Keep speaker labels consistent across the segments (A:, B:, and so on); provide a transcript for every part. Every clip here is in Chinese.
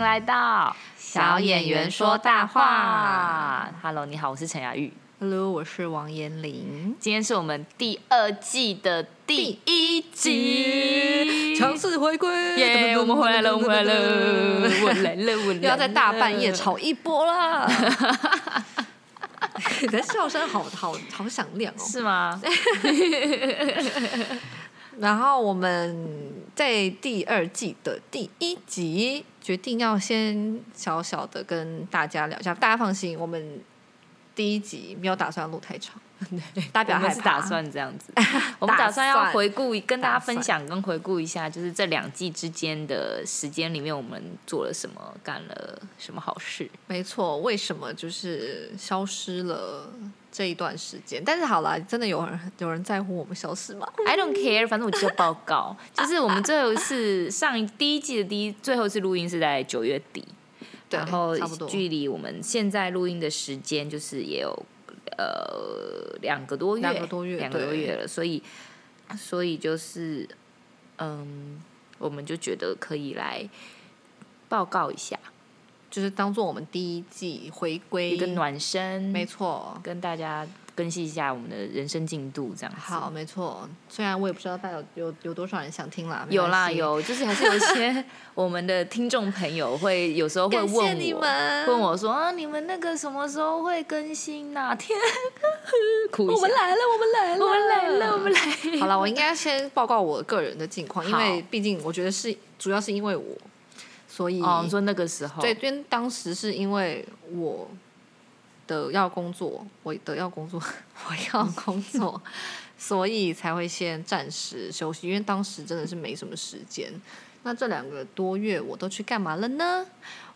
A: 来到
B: 小演员说大话。
A: Hello，你好，我是陈雅玉。
B: Hello，我是王彦霖。
A: 今天是我们第二季的第一集，
B: 强势回归，
A: 耶我们回来了我们回来了我来了我来了
B: 又要在大半夜吵一波啦！ 你的笑声好好好响亮哦。
A: 是吗？
B: 然后我们在第二季的第一集决定要先小小的跟大家聊一下，大家放心，我们第一集没有打算录太长，大家不
A: 我
B: 要
A: 们
B: 害怕。
A: 是打算这样 子，我们打算要回顾，跟大家分享跟回顾一下，就是这两季之间的时间里面，我们做了什么，干了什么好事。
B: 没错，为什么就是消失了这一段时间？但是好啦，真的有人有人在乎我们消失吗？
A: I don't care，反正我就要报告。就是我们最后一次上一第一季的第一最后一次录音是在九月底，
B: 对
A: 然后
B: 差不多
A: 距离我们现在录音的时间就是也有呃两个多月，
B: 两个多月
A: 两个多
B: 对
A: 月了。所以，所以就是嗯，我们就觉得可以来报告一下
B: 就是当做我们第一季回归
A: 一个暖身，
B: 没错。
A: 跟大家更新一下我们的人生进度，这样子。
B: 好，没错。虽然我也不知道大家有有有多少人想听啦，没
A: 有啦
B: 关系，
A: 有，就是还是有一些我们的听众朋友会有时候会
B: 感
A: 问
B: 谢
A: 我，
B: 你们，
A: 问我说啊，你们那个什么时候会更新呐、天，啊 哭一
B: 我
A: 下
B: 们，来了，我们来了，
A: 我们来了，我们来了。
B: 好了，我应该先报告我个人的近况，因
A: 好
B: 为毕竟我觉得是主要是因为我，所以
A: 哦，你说那个时候，
B: 对，因为当时是因为我的要工作，我的要工作， 我 要工作，所以才会先暂时休息，因为当时真的是没什么时间。那这两个多月我都去干嘛了呢？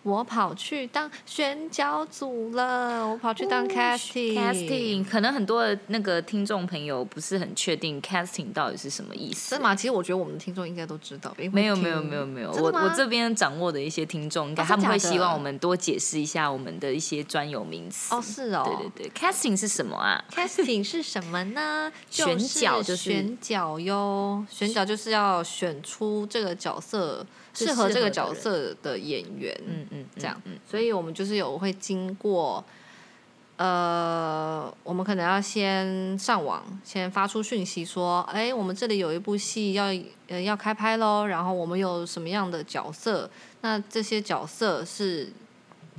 B: 我跑去当选角组了，我跑去当 casting，,、
A: 哦 casting，可能很多的那个听众朋友不是很确定 casting 到底是什么意思
B: 是。吗？其实我觉得我们的听众应该都知道，因为
A: 没有
B: 听
A: 没有没有没有，
B: 真
A: 我
B: 的吗
A: 我这边掌握的一些听众，应该
B: 哦
A: 他们
B: 真
A: 会
B: 假的
A: 希望我们多解释一下我们的一些专有名词。
B: 哦是哦，
A: 对对对，casting 是什么啊？
B: casting 是什么呢？
A: 选角
B: 就
A: 就是是
B: 选角哟，选角就是要选出这个角色
A: 最
B: 适合这
A: 适合
B: 个
A: 的
B: 角色的演员，
A: 嗯嗯，嗯
B: 这样
A: 嗯。
B: 所以我们就是有会经过，呃，我们可能要先上网，先发出讯息说，哎，我们这里有一部戏要呃要开拍喽，然后我们有什么样的角色？那这些角色是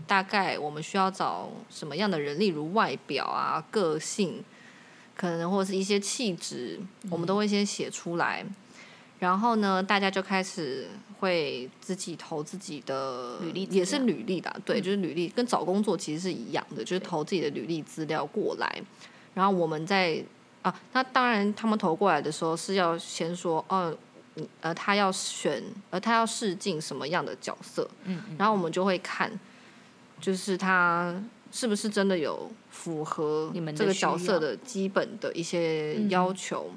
B: 大概我们需要找什么样的人，例如外表啊、个性，可能或者是一些气质，我
A: 嗯
B: 们都会先写出来。然后呢，大家就开始会自己投自己的
A: 履历资料嗯
B: 也是履历的，对，就是履历跟找工作其实是一样的，就是投自己的履历资料过来，然后我们再啊，那当然他们投过来的时候是要先说，哦，你呃，他要选，呃，他要试镜什么样的角色，
A: 嗯
B: 然后我们就会看，就是他是不是真的有符合
A: 你们的
B: 这个
A: 需要嗯
B: 角色的基本的一些要求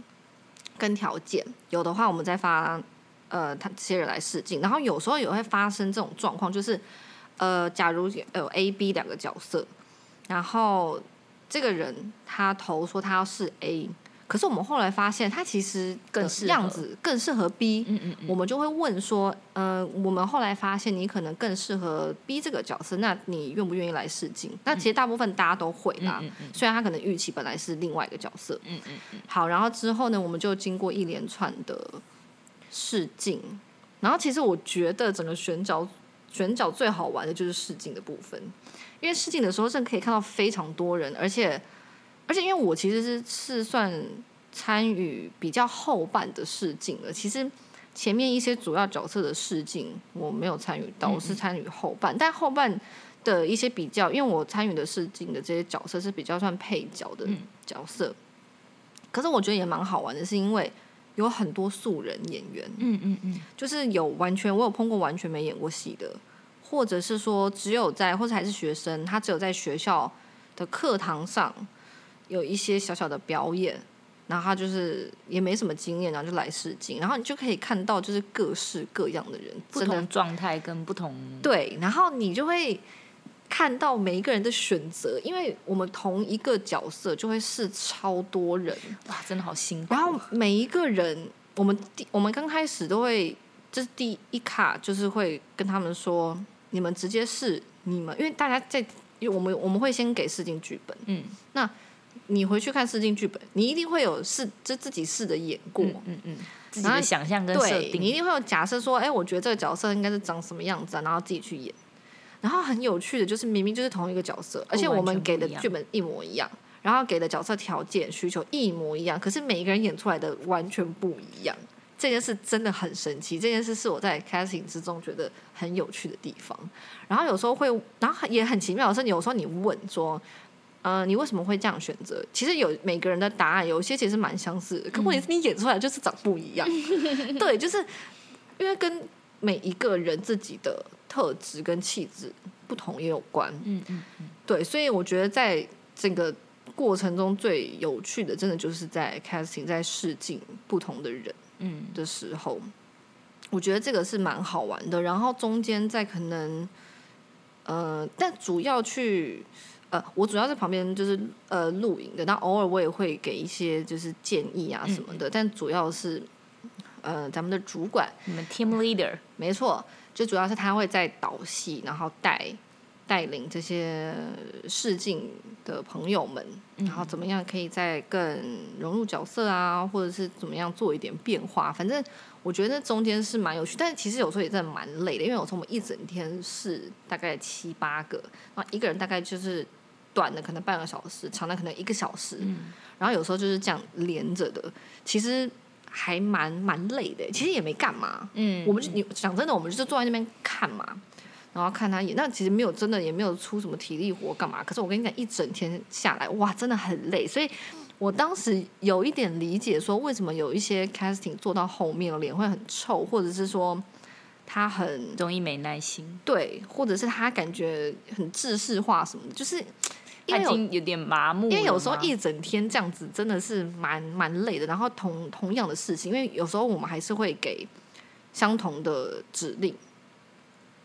B: 跟条件，有的话我们再发呃他这些人来试镜，然后有时候也会发生这种状况，就是呃，假如有 A、B 两个角色，然后这个人他投说他要试 A。可是我们后来发现，他其实
A: 更
B: 的
A: 适合
B: 样子更适合 B，
A: 嗯嗯嗯，
B: 我们就会问说，呃，我们后来发现你可能更适合 B 这个角色，那你愿不愿意来试镜？那其实大部分大家都会啦，
A: 嗯嗯嗯
B: 虽然他可能预期本来是另外一个角色。
A: 嗯嗯嗯，
B: 好，然后之后呢，我们就经过一连串的试镜，然后其实我觉得整个选角选角最好玩的就是试镜的部分，因为试镜的时候真的可以看到非常多人，而且而且因为我其实是是算参与比较后半的试镜了，其实。前面一些主要角色的试镜我没有参与到，我是参与后半，但后半的一些比较，因为我参与的试镜的这些角色是比较算配角的
A: 嗯
B: 角色，可是我觉得也蛮好玩的，是因为有很多素人演员，
A: 嗯嗯嗯，
B: 就是有完全我有碰过完全没演过戏的，或者是说只有在或者还是学生，他只有在学校的课堂上有一些小小的表演，然后他就是也没什么经验，然后就来试镜，然后你就可以看到就是各式各样的人，
A: 不
B: 真的
A: 同状态跟不同
B: 对，然后你就会看到每一个人的选择，因为我们同一个角色就会试超多人。
A: 哇，真的好辛苦
B: 然。后每一个人，我们第我们刚开始都会，就是第一卡就是会跟他们说，你们直接试你们，因为大家在，因为我们我们会先给试镜剧本，
A: 嗯，
B: 那你回去看试镜剧本，你一定会有试就自己试着演过，
A: 嗯嗯嗯，自己的想象跟设
B: 对
A: 定，
B: 你一定会有假设说，哎、我觉得这个角色应该是长什么样子啊，然后自己去演。然后很有趣的就是，明明就是同一个角色，而且我们给的剧本一模一样，然后给的角色条件需求一模一样，可是每一个人演出来的完全不一样。这件事真的很神奇，这件事是我在 casting 之中觉得很有趣的地方。然后有时候会，然后也很奇妙的是，有时候你问说，呃，你为什么会这样选择？其实有每个人的答案，有些其实蛮相似的，可问题是你演出来就是长不一样。对，就是因为跟每一个人自己的特质跟气质不同也有关。
A: 嗯嗯嗯，
B: 对，所以我觉得在这个过程中最有趣的，真的就是在 casting 在试镜不同的人。
A: 嗯
B: 的时候，我觉得这个是蛮好玩的。然后中间再可能，呃，但主要去，呃，我主要在旁边就是呃录影的，那偶尔我也会给一些就是建议啊什
A: 嗯
B: 么的，但主要是，呃，咱们的主管
A: 你们 team leader，
B: 没错，就主要是他会在导戏，然后带带领这些试镜的朋友们，然后怎么样可以再更融入角色啊，或者是怎么样做一点变化。反正我觉得中间是蛮有趣，但其实有时候也真的蛮累的，因为有时候我们一整天是大概七八个，然后一个人大概就是短的可能半个小时，长的可能一个小时，然后有时候就是这样连着的，其实还蛮蛮累的，其实也没干嘛。
A: 嗯
B: 我们就你讲真的，我们就是坐在那边看嘛，然后看他演。那其实没有真的也没有出什么体力活干嘛。可是我跟你讲，一整天下来，哇，真的很累。所以我当时有一点理解，说为什么有一些 casting 做到后面脸会很臭，或者是说他很
A: 容易没耐心，
B: 对，或者是他感觉很制式化什么的，就是因
A: 他
B: 为
A: 已
B: 有
A: 经有点麻木了吗，
B: 因为有时候一整天这样子真的是蛮蛮累的。然后同同样的事情，因为有时候我们还是会给相同的指令，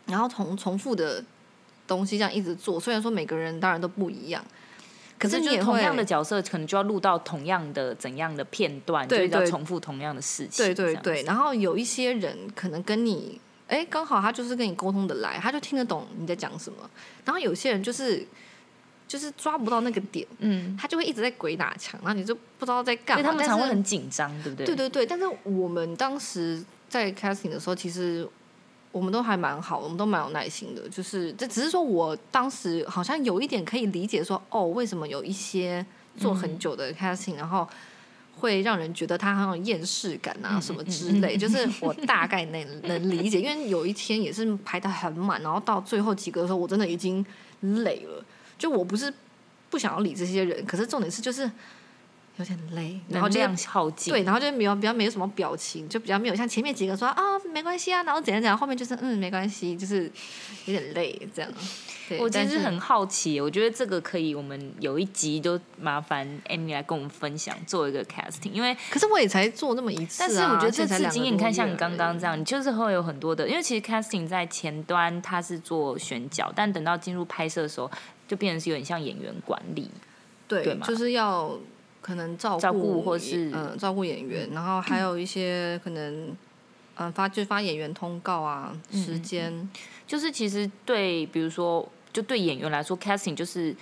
B: 然后重重复的东西这样一直做。虽然说每个人当然都不一样，
A: 可
B: 是
A: 是
B: 你
A: 就是
B: 也
A: 同
B: 会
A: 样的角色，可能就要录到同样的怎样的片段，
B: 对
A: 就是要
B: 对
A: 重复同样的事情，
B: 对对
A: 这样
B: 对。然后有一些人可能跟你，哎，刚好他就是跟你沟通的来，他就听得懂你在讲什么。然后有些人就是就是抓不到那个点，
A: 嗯，
B: 他就会一直在鬼打墙，然后你就不知道在干
A: 所以
B: 嘛。
A: 他们常
B: 但
A: 会
B: 是
A: 很紧张，对不对？
B: 对对对，但是我们当时在 casting 的时候，其实我们都还蛮好，我们都蛮有耐心的。就是这只是说我当时好像有一点可以理解说，哦，为什么有一些做很
A: 嗯
B: 久的 casting，、然后会让人觉得他很有厌世感
A: 嗯
B: 啊什么之类，就是我大概能能理解。因为有一天也是排的很满，然后到最后几个的时候，我真的已经累了。就我不是不想要理这些人，可是重点是就是。有点累，然
A: 能
B: 后就是
A: 量耗尽，
B: 对，然后就比较比较没有什么表情，就比较没有像前面几个说啊、没关系啊，然后怎样怎样，后面就是嗯没关系，就是有点累这样。对
A: 我其
B: 但
A: 实
B: 是
A: 很好奇，我觉得这个可以，我们有一集都麻烦 Amy 来跟我们分享做一个 casting，因为
B: 可是我也才做那么一次、啊，
A: 但是我觉得这
B: 现在才
A: 次
B: 两
A: 经
B: 个
A: 验，你看
B: 多
A: 像
B: 月
A: 你刚
B: 而
A: 刚
B: 已
A: 这样，你就是会有很多的，因为其实 casting 在前端它是做选角，但等到进入拍摄的时候，就变成是有点像演员管理，
B: 对，
A: 对嘛
B: 就是要可能照顾
A: 照顾或是
B: 嗯、照顾演员，然后还有一些可能。嗯，发就发演员通告啊，
A: 嗯
B: 时间、
A: 就是其实对，比如说就对演员来说，casting 就是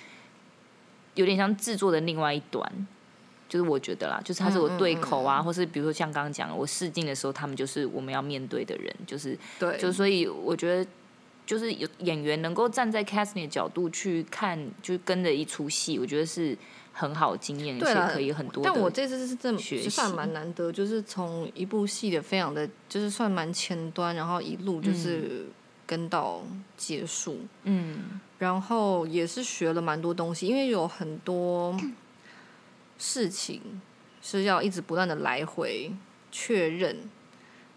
A: 有点像制作的另外一端。就是我觉得啦，就是他是我
B: 嗯
A: 对口啊，或是比如说像刚刚讲的，我试镜的时候，他们就是我们要面对的人，就是
B: 对，
A: 就所以我觉得，就是有演员能够站在 casting 的角度去看，就是跟着一出戏，我觉得是很好的经验，
B: 对
A: 而
B: 啦
A: 且可以很多的。
B: 但我这次是这么
A: 学
B: 就算
A: 习
B: 蛮难得，就是从一部戏的非常的，就是算蛮前端，然后一路就是跟到结束，
A: 嗯
B: 然后也是学了蛮多东西，因为有很 多事情是要一直不断的来回确认，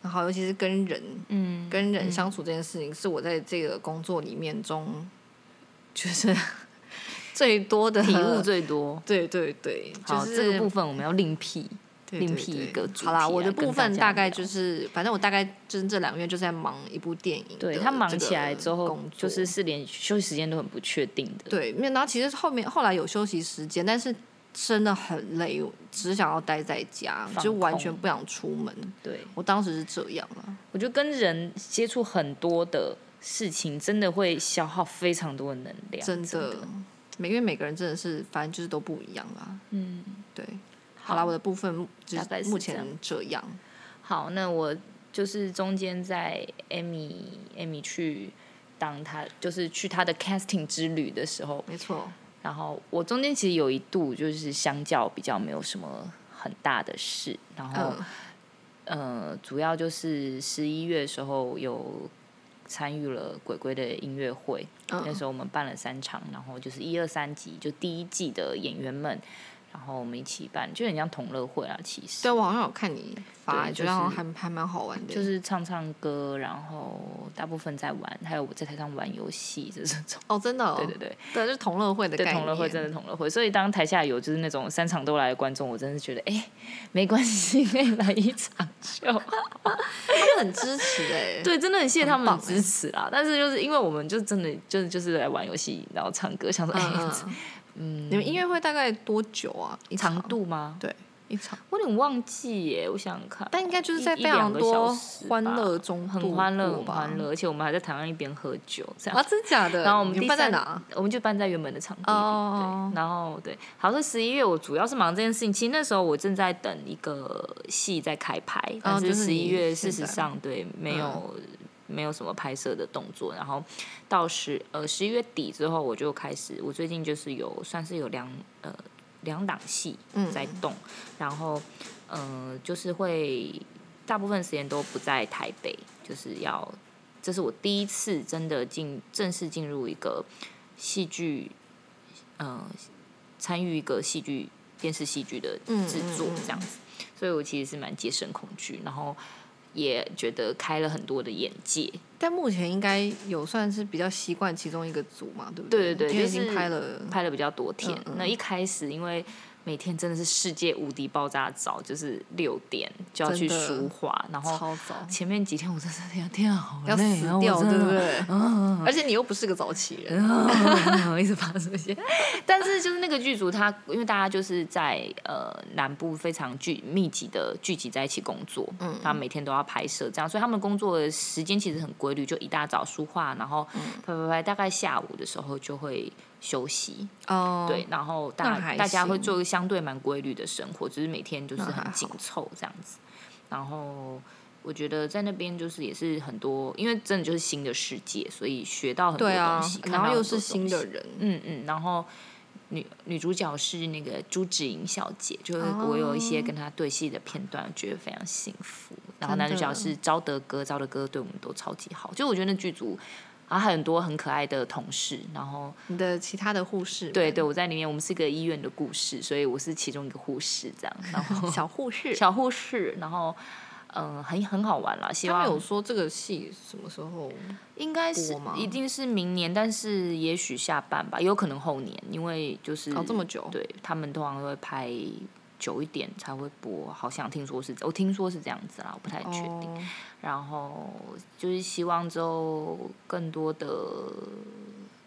B: 然后尤其是跟人
A: 嗯，
B: 跟人相处这件事情，是我在这个工作里面中就是 最多的
A: 体悟。最多。
B: 对对对，就
A: 好，
B: 是
A: 这个部分我们要另辟。
B: 对
A: 另
B: 对
A: 辟
B: 对
A: 一个主
B: 好啦，
A: 题
B: 我的
A: 来跟
B: 部
A: 大
B: 分
A: 家
B: 大概
A: 聊
B: 就是，反正我大概就是这两个月就是在忙一部电影。
A: 对他忙起来之后，就是是连休息时间都很不确定的。
B: 对，没有然后其实后面后来有休息时间，但是真的很累，我只想要待在家，
A: 放
B: 就完
A: 空
B: 全不想出门。
A: 对，
B: 我当时是这样啊，
A: 我觉得跟人接触很多的事情真的会消耗非常多的能量，
B: 真
A: 真
B: 的，每因为每个人真的是，反正就是都不一样啦。
A: 嗯，
B: 对，好啦，我的部分就
A: 大概是
B: 目
A: 这样
B: 前这样。
A: 好，那我就是中间在 Amy Amy 去当她就是去她的 casting 之旅的时候，
B: 没错，
A: 然后我中间其实有一度就是相较比较没有什么很大的事，然后、
B: 嗯，
A: 呃，主要就是十一月的时候有参与了鬼鬼的音乐会，
B: 嗯
A: 那时候我们办了三场，然后就是一二三集，就第一季的演员们，然后我们一起办，就很像同乐会啊，其实
B: 对我好像有看你发，
A: 对
B: 觉得好
A: 就
B: 像
A: 是
B: 还还蛮好玩的。
A: 就是唱唱歌，然后大部分在玩，还有我在台上玩游戏，就是这种。
B: 哦，真的、哦，
A: 对对对，
B: 对，就是同乐会的概
A: 对
B: 念。
A: 同乐会真的同乐会，所以当台下有就是那种三场都来的观众，我真的是觉得哎、没关系，可以来一场就好。
B: 他们很支持 哎、
A: 对，真的很谢谢他们
B: 很
A: 的
B: 棒
A: 支持
B: 啊
A: 啦。欸但是就是因为我们就真的就是就是来玩游戏，然后唱歌，想说哎、
B: 嗯嗯，嗯你们音乐会大概多久啊？一场
A: 长度吗？
B: 对一场，
A: 我有点忘记耶，我想想看，
B: 但应该就是
A: 一
B: 在
A: 一
B: 非常
A: 两个小
B: 多
A: 时
B: 欢
A: 吧
B: 乐中
A: 很欢乐，
B: 度
A: 很
B: 过
A: 欢
B: 吧
A: 乐，而且我们还在台上一边喝酒这样
B: 啊，。真假的？
A: 然后我们
B: 你
A: 第
B: 办在
A: 三
B: 哪？？啊
A: 我们就办在原本的场地里。
B: 哦
A: 对，然后对，好像十一月我主要是忙这件事情。其实那时候我正在等一个戏在开拍，但
B: 哦就是是
A: 十
B: 你
A: 一月
B: 现
A: 事
B: 在嗯
A: 实上对没有、没有什么拍摄的动作。然后到十呃十一月底之后，我就开始，我最近就是有算是有两呃两档戏
B: 嗯
A: 在动，然后呃就是会大部分时间都不在台北，就是要这是我第一次真的进正式进入一个戏剧，呃，参与一个戏剧电视戏剧的
B: 嗯
A: 制作
B: 嗯嗯
A: 这样子，所以我其实是蛮戒慎恐惧，然后也觉得开了很多的眼界。
B: 但目前应该有算是比较习惯其中一个组嘛，对不
A: 对
B: 对
A: 对对
B: 因为已
A: 就是
B: 经拍了，
A: 拍了比较多天。
B: 嗯嗯
A: 那一开始因为每天真的是世界无敌爆炸早，就是六点就要去
B: 真的
A: 梳化，然后
B: 超早，
A: 前面几天我真的是天啊，好累
B: 要
A: 啊，
B: 死掉，
A: 我真
B: 对
A: 的嗯
B: 不对？而且你又不是个早起人，
A: 一直发出一些。 但是就是那个剧组它，因为大家就是在呃南部非常聚密集的聚集在一起工作，嗯，他们每天都要拍摄这样，所以他们工作的时间其实很规律，就一大早梳化，然后
B: 嗯
A: 拍拍拍，大概下午的时候就会休息，
B: 哦，
A: 对，，然后大
B: 那还
A: 大家会
B: 行
A: 做一个相对蛮规律的生活，只是每天就是
B: 那还
A: 很
B: 好
A: 紧凑这样子。然后我觉得在那边就是也是很多，因为真的就是新的世界，所以学到很多
B: 对啊
A: 东西，，看
B: 然
A: 到
B: 后又
A: 很多
B: 是新
A: 东
B: 的
A: 西，
B: 人，
A: 嗯嗯，然后。女女主角是那个朱芷莹小姐，就是
B: 哦
A: 我有一些跟她对戏的片段，我觉得非常幸福。然后
B: 真的
A: 男主角是招德哥，招德哥对我们都超级好，就我觉得那剧组啊很多很可爱的同事，然后
B: 你的其他的护士，
A: 对，对，我在里面，我们是一个医院的故事，所以我是其中一个护士这样，然后
B: 小 护士，
A: 小护士，然后嗯、呃很很好玩啦，希
B: 他
A: 望
B: 们有说这个戏什么时候？
A: 应该是
B: 播吗
A: 一定是明年，但是也许下半吧，有可能后年，因为就是
B: 哦这么久
A: 对他们通常都会拍久一点才会播，好像听说是，我听说是这样子啦，我不太确定。
B: 哦，
A: 然后就是希望之后更多的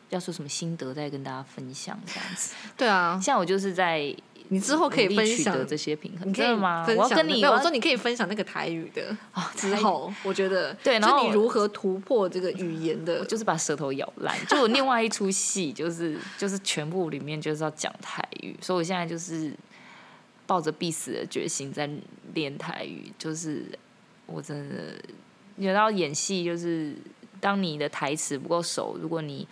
A: 要说什么心得再跟大家分享这样子。
B: 对啊，
A: 像我就是在
B: 你之后可以
A: 努力
B: 分
A: 取
B: 享
A: 得这些平衡，
B: 你可
A: 真
B: 以
A: 的吗？
B: 分
A: 我要
B: 享的，
A: 跟你，
B: 没有
A: 我
B: 我
A: 要哦
B: 说你可以分享那个台语的之
A: 台语
B: 后，我觉得
A: 对然
B: 就
A: 后
B: 你如何突破这个语言的，
A: 就是把舌头咬烂。就我另外一出戏，就是就是全部里面就是要讲台语，所以我现在就是抱着必死的决心在练台语。就是我真的，你知道演戏就是当你的台词不够熟，如果你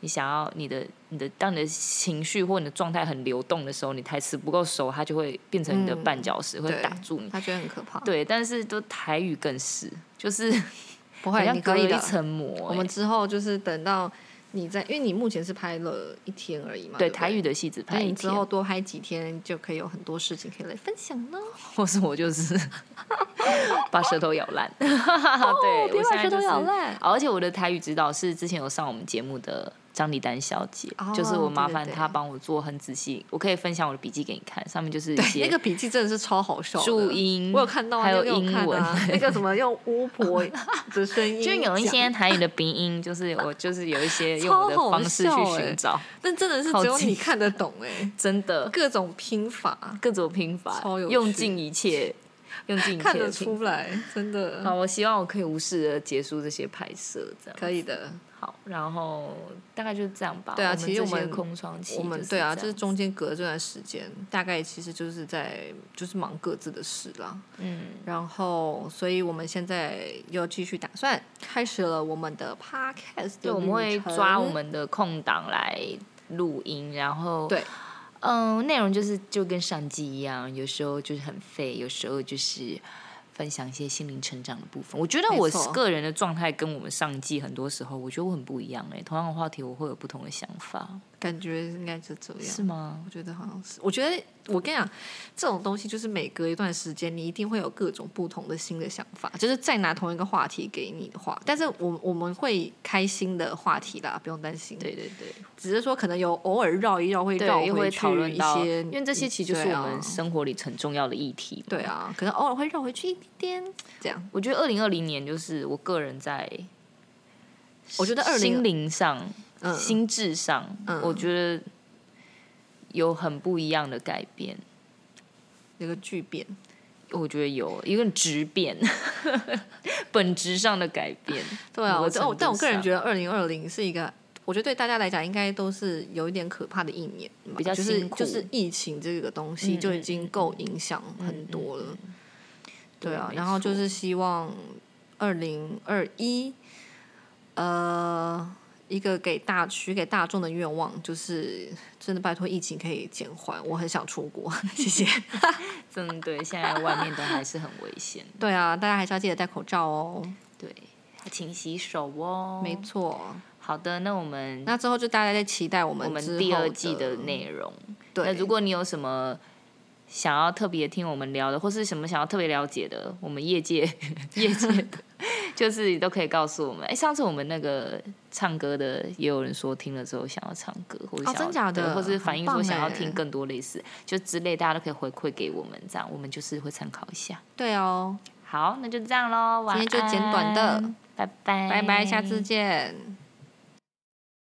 A: 你想要你的你的当你的情绪或你的状态很流动的时候，你台词不够熟，它就会变成你的
B: 嗯
A: 绊脚石，会
B: 对
A: 打住你。
B: 他觉得很可怕。，
A: 对，但是都台语更是，就是
B: 不
A: 好
B: 会，
A: 像
B: 你
A: 隔
B: 可
A: 了
B: 以
A: 一
B: 的。
A: 层膜欸、
B: 我们之后就是等到你在，因为你目前是拍了一天而已嘛，对
A: 对
B: 不对
A: 台语，的戏只
B: 那
A: 拍一
B: 你之后
A: 天，
B: 多拍几天就可以有很多事情可以来分享呢。
A: 或是我就是 把舌头咬烂。哦 对，
B: 别
A: 我
B: 把
A: 现在
B: 舌头
A: 就是
B: 咬烂
A: 哦而且我的台语指导是之前有上我们节目的张丽丹小姐，就是
B: 哦
A: 我麻
B: 对对
A: 烦
B: 对
A: 她帮我做很仔细，我可以分享我的笔记给你看，上面就是一些
B: 那个笔记真的是超好笑的，
A: 注音
B: 我有看到啊，
A: 还有
B: 你有
A: 英
B: 看
A: 文
B: 啊，那个什么用巫婆的声音
A: 就
B: 讲，
A: 有一些台语的鼻音，就是 我就是有一些用我的
B: 超好
A: 方式去
B: 笑欸
A: 寻找，
B: 但真的是
A: 好
B: 只有
A: 近
B: 你看得懂哎、
A: 真的
B: 各种拼法，
A: 各种拼法
B: 超有，趣
A: 用尽一切用镜
B: 看
A: 贴
B: 得
A: 的屏
B: 出来，真的
A: 好，我希望我可以无视的结束这些拍摄，这样
B: 可以的。
A: 好。然后大概就这样吧。
B: 对啊
A: 我
B: 其实我
A: 这些
B: 们
A: 空窗期，
B: 我们对啊，
A: 就
B: 就是是
A: 这样
B: 中间隔这段时间，大概其实就是在就是忙各自的事啦。
A: 嗯，
B: 然后，所以我们现在又继续打算开始了我们的 podcast
A: 对，
B: 的
A: 我们会
B: 旅程
A: 抓我们的空档来录音，然后
B: 对，
A: 嗯、内容就是就跟上季一样，有时候就是很废，有时候就是分享一些心灵成长的部分。我觉得
B: 没
A: 我
B: 错
A: 个人的状态跟我们上季很多时候，我觉得我很不一样哎、同样的话题我会有不同的想法，
B: 感觉应该是这样。
A: 是吗？
B: 我觉得好像是，我觉得我跟你讲，这种东西就是每隔一段时间，你一定会有各种不同的新的想法。就是再拿同一个话题给你的话，但是我我们会开新的话题啦，不用担心。，
A: 对对对。
B: 只是说可能有偶尔绕一绕会绕
A: 对，又
B: 回
A: 会讨
B: 去
A: 论
B: 一
A: 到，
B: 些，
A: 因为这些其实就是
B: 对啊
A: 我们生活里很重要的议题。
B: 对啊，可能偶尔会绕回去一点点。这样，
A: 我觉得二零二零年就是我个人在
B: 我觉得二
A: 心
B: 零
A: 灵上、
B: 嗯
A: 心智上，
B: 嗯
A: 我觉得有很不一样的改变。
B: 有个巨变，
A: 我觉得有一个质变， 本质上的改变。
B: 对啊，
A: 某
B: 我
A: 个
B: 但我
A: 程
B: 但
A: 度
B: 我个人
A: 上
B: 觉得二零二零是一个，我觉得对大家来讲应该都是有一点可怕的一年吧，
A: 比较
B: 就是
A: 辛苦
B: 就是疫情这个东西
A: 嗯
B: 就已
A: 嗯
B: 经够影响很多了，对啊，
A: 没
B: 然后就
A: 错
B: 是希望二零二一，呃，一个给大许给大众的愿望就是真的拜托疫情可以减缓，我很想出国，谢谢。
A: 真的对，现在外面都还是很危险。
B: 对啊，大家还是要记得戴口罩哦，
A: 对，请洗手哦。
B: 没错。
A: 好的，那我们
B: 那之后就大家在期待我们
A: 我们
B: 之后
A: 第二季
B: 的
A: 的内容。
B: 对，
A: 那如果你有什么想要特别听我们聊的，或是什么想要特别了解的，我们业 界业界的，就是你都可以告诉我们。哎、上次我们那个唱歌的，也有人说听了之后想要唱歌，或者想要、
B: 哦真假的
A: 对或是反映说
B: 很棒
A: 想要
B: 哎
A: 听更多类似，就之类，大家都可以回馈给我们，这样我们就是会参考一下。
B: 对哦，
A: 好，那就这样喽，晚
B: 今天就简短的
A: 安，拜拜，
B: 拜拜，下次见。